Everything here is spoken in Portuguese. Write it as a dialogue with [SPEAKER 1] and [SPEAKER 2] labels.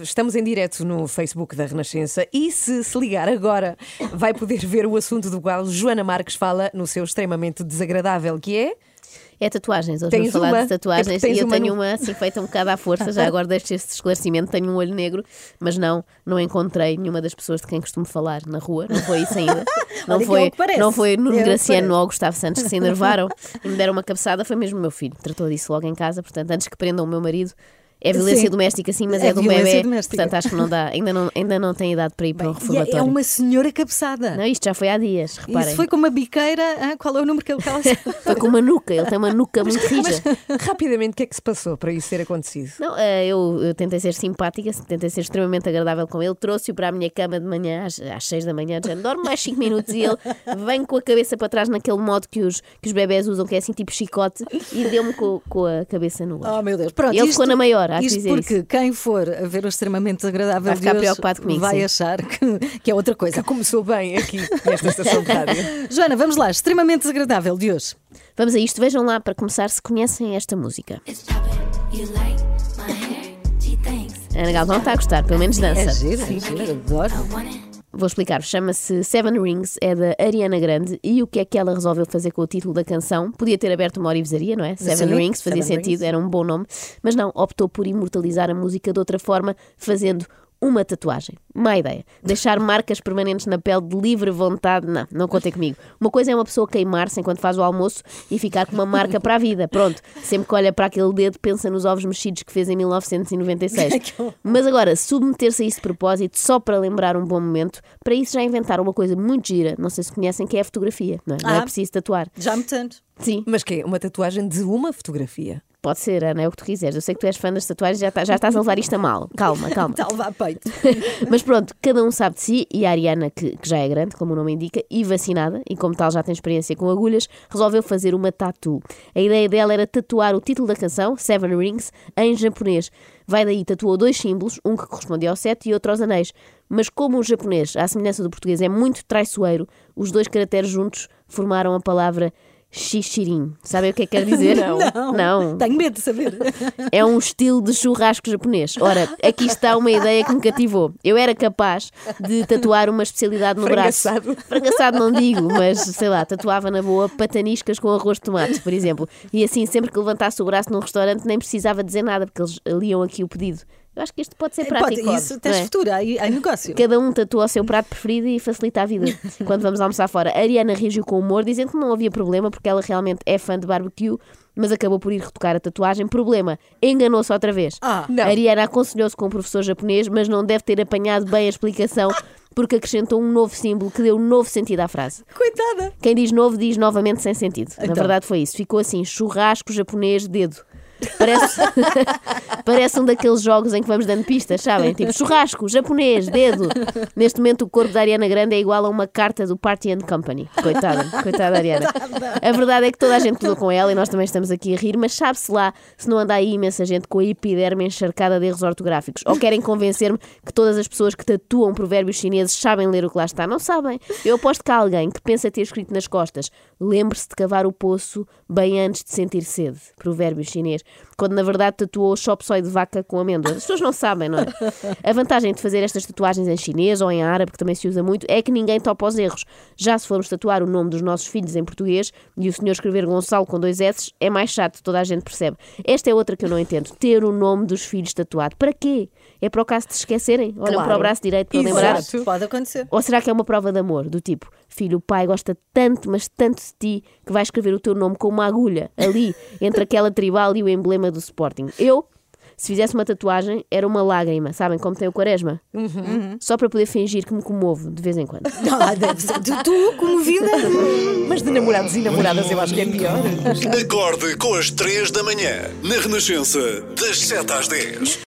[SPEAKER 1] Estamos em direto no Facebook da Renascença e se se ligar agora vai poder ver o assunto do qual Joana Marques fala no seu extremamente desagradável, que é...
[SPEAKER 2] É tatuagens, hoje
[SPEAKER 1] Tens
[SPEAKER 2] vamos falar
[SPEAKER 1] uma?
[SPEAKER 2] de tatuagens
[SPEAKER 1] É porque
[SPEAKER 2] e eu
[SPEAKER 1] tens uma
[SPEAKER 2] tenho
[SPEAKER 1] no-
[SPEAKER 2] uma assim feita um bocado à força, já agora deixo este esclarecimento, tenho um olho negro, mas não, não encontrei nenhuma das pessoas de quem costumo falar na rua, não foi isso ainda. Não
[SPEAKER 3] Olha, é o
[SPEAKER 2] foi,
[SPEAKER 3] que parece.
[SPEAKER 2] não foi
[SPEAKER 3] É o
[SPEAKER 2] Nuno
[SPEAKER 3] que
[SPEAKER 2] Graciano
[SPEAKER 3] parece.
[SPEAKER 2] ou Gustavo Santos que se enervaram e me deram uma cabeçada, foi mesmo o meu filho, tratou disso logo em casa, portanto, antes que prendam o meu marido. É violência
[SPEAKER 3] Sim.
[SPEAKER 2] doméstica, sim, mas é,
[SPEAKER 3] É
[SPEAKER 2] de um
[SPEAKER 3] violência
[SPEAKER 2] bebê.
[SPEAKER 3] doméstica.
[SPEAKER 2] Portanto, acho que não dá, ainda não, ainda não tem idade para ir para um
[SPEAKER 3] E é-
[SPEAKER 2] reformatório.
[SPEAKER 3] é uma senhora cabeçada.
[SPEAKER 2] Não, isto já foi há dias, reparem.
[SPEAKER 3] Isso foi com uma biqueira. hã? qual é o número que ele fala?
[SPEAKER 2] Foi com uma nuca, ele tem uma nuca muito rija.
[SPEAKER 1] Rapidamente, o que é que se passou para isso ter acontecido?
[SPEAKER 2] Não, eh, eu, eu tentei ser simpática, tentei ser extremamente agradável com ele. Trouxe-o para a minha cama de manhã, às, às 6 da manhã, já dorme mais 5 minutos e ele vem com a cabeça para trás, naquele modo que os, que os bebés usam, que é assim tipo chicote, e deu-me co- com, a cabeça no ar.
[SPEAKER 3] Oh, meu Deus. Pronto,
[SPEAKER 2] Ele ficou na maior, há que
[SPEAKER 3] isto
[SPEAKER 2] dizer
[SPEAKER 3] porque quem for a ver o extremamente desagradável
[SPEAKER 2] Vai ficar
[SPEAKER 3] de hoje
[SPEAKER 2] preocupado comigo,
[SPEAKER 3] vai
[SPEAKER 2] sim.
[SPEAKER 3] achar que, que é outra coisa.
[SPEAKER 1] Começou bem aqui, nesta estação de rádio.
[SPEAKER 3] Joana, vamos lá. Extremamente desagradável de hoje.
[SPEAKER 2] Vamos a isto, vejam lá para começar se conhecem esta música.
[SPEAKER 4] It's poppin'. You like my hair? She thinks.
[SPEAKER 2] A Ana Gal não está a gostar, pelo menos dança.
[SPEAKER 3] É gira, é gira, adoro.
[SPEAKER 4] I want it.
[SPEAKER 2] Vou explicar-vos. Chama-se Seven Rings, é da Ariana Grande. E o que é que ela resolveu fazer com o título da canção? Podia ter aberto uma orivesaria, não é? Seven
[SPEAKER 3] Sim,
[SPEAKER 2] Rings, fazia
[SPEAKER 3] Seven
[SPEAKER 2] sentido,
[SPEAKER 3] Rings.
[SPEAKER 2] era um bom nome. Mas não, optou por imortalizar a música de outra forma, fazendo uma tatuagem. Má ideia. Deixar marcas permanentes na pele de livre vontade, não, não contem comigo. Uma coisa é uma pessoa queimar-se enquanto faz o almoço e ficar com uma marca para a vida. Pronto, sempre que olha para aquele dedo, pensa nos ovos mexidos que fez em 1996. Mas agora, submeter-se a isso de propósito só para lembrar um bom momento, para isso já inventaram uma coisa muito gira, não sei se conhecem, que é a fotografia, não é? Não é
[SPEAKER 3] Ah.
[SPEAKER 2] preciso tatuar.
[SPEAKER 3] Já me tanto.
[SPEAKER 2] Sim,
[SPEAKER 1] Mas que é? Uma tatuagem de uma fotografia.
[SPEAKER 2] pode ser, Ana, é o que tu quiseres. Eu sei que tu és fã das tatuagens, já, tá- já estás a levar isto a mal. Calma, calma.
[SPEAKER 3] Está a levar a Então, peito.
[SPEAKER 2] Mas pronto, cada um sabe de si e a Ariana, que, que já é grande, como o nome indica, e vacinada, e como tal já tem experiência com agulhas, resolveu fazer uma tatu. A ideia dela era tatuar o título da canção, Seven Rings, em japonês. Vai daí, tatuou dois símbolos, um que correspondia ao sete e outro aos anéis. Mas como o japonês, à semelhança do português, é muito traiçoeiro, os dois caracteres juntos formaram a palavra Shishirin. Sabem o que é que quer dizer?
[SPEAKER 3] Não.
[SPEAKER 2] Não.
[SPEAKER 3] Tenho medo de saber.
[SPEAKER 2] É um estilo de churrasco japonês. Ora, aqui está uma ideia que me cativou. Eu era capaz de tatuar uma especialidade no
[SPEAKER 1] Frangaçado.
[SPEAKER 2] braço. Frangaçado não digo, mas sei lá, tatuava na boa pataniscas com arroz de tomate, por exemplo. E assim, sempre que levantasse o braço num restaurante, nem precisava dizer nada, porque eles liam aqui o pedido. Eu acho que isto pode ser prático.
[SPEAKER 3] Pode, isso
[SPEAKER 2] óbvio,
[SPEAKER 3] tens
[SPEAKER 2] não é?
[SPEAKER 3] futuro. Há, há negócio.
[SPEAKER 2] Cada um tatua o seu prato preferido e facilita a vida. Quando vamos almoçar fora, a Ariana reagiu com humor, dizendo que não havia problema porque ela realmente é fã de barbecue, mas acabou por ir retocar a tatuagem. Problema, enganou-se outra vez.
[SPEAKER 3] Ah,
[SPEAKER 1] não.
[SPEAKER 2] A Ariana aconselhou-se com um professor japonês, mas não deve ter apanhado bem a explicação porque acrescentou um novo símbolo que deu um novo sentido à frase.
[SPEAKER 3] Coitada.
[SPEAKER 2] Quem diz novo diz novamente sem sentido. Na
[SPEAKER 3] Então.
[SPEAKER 2] verdade foi isso. Ficou assim, churrasco japonês dedo. Parece, parece um daqueles jogos em que vamos dando pistas, sabem? Tipo churrasco, japonês, dedo. Neste momento, o corpo da Ariana Grande é igual a uma carta do Party and Company. Coitada, coitada da Ariana. A verdade é que toda a gente mudou com ela e nós também estamos aqui a rir, mas sabe-se lá se não anda aí imensa gente com a epiderme encharcada de erros ortográficos. Ou querem convencer-me que todas as pessoas que tatuam provérbios chineses sabem ler o que lá está? Não sabem. Eu aposto que há alguém que pensa ter escrito nas costas: lembre-se de cavar o poço bem antes de sentir sede. Provérbio chinês. Quando na verdade tatuou chop soy de vaca com amêndoas. As pessoas não sabem, não é? A vantagem de fazer estas tatuagens em chinês ou em árabe, que também se usa muito, é que ninguém topa os erros. Já se formos tatuar o nome dos nossos filhos em português e o senhor escrever Gonçalo com dois S, é mais chato, toda a gente percebe. Esta é outra que eu não entendo. Ter o nome dos filhos tatuado. Para quê? É para o caso de se esquecerem? Olham
[SPEAKER 1] Claro.
[SPEAKER 2] para o braço direito para lembrar?
[SPEAKER 1] Exato.
[SPEAKER 3] Pode acontecer.
[SPEAKER 2] Ou será que é uma prova de amor? Do tipo, filho, o pai gosta tanto, mas tanto de ti, que vai escrever o teu nome com uma agulha, ali, entre aquela tribal e o emblema do Sporting. Eu, se fizesse uma tatuagem, era uma lágrima, sabem como tem o quaresma? Só para poder fingir que me comovo de vez em quando.
[SPEAKER 3] Ah, deve ser. Tu, tu comovida.
[SPEAKER 1] Mas de namorados e namoradas eu acho que é pior.
[SPEAKER 5] Acorde com as 3 da manhã, na Renascença, das 7 às 10.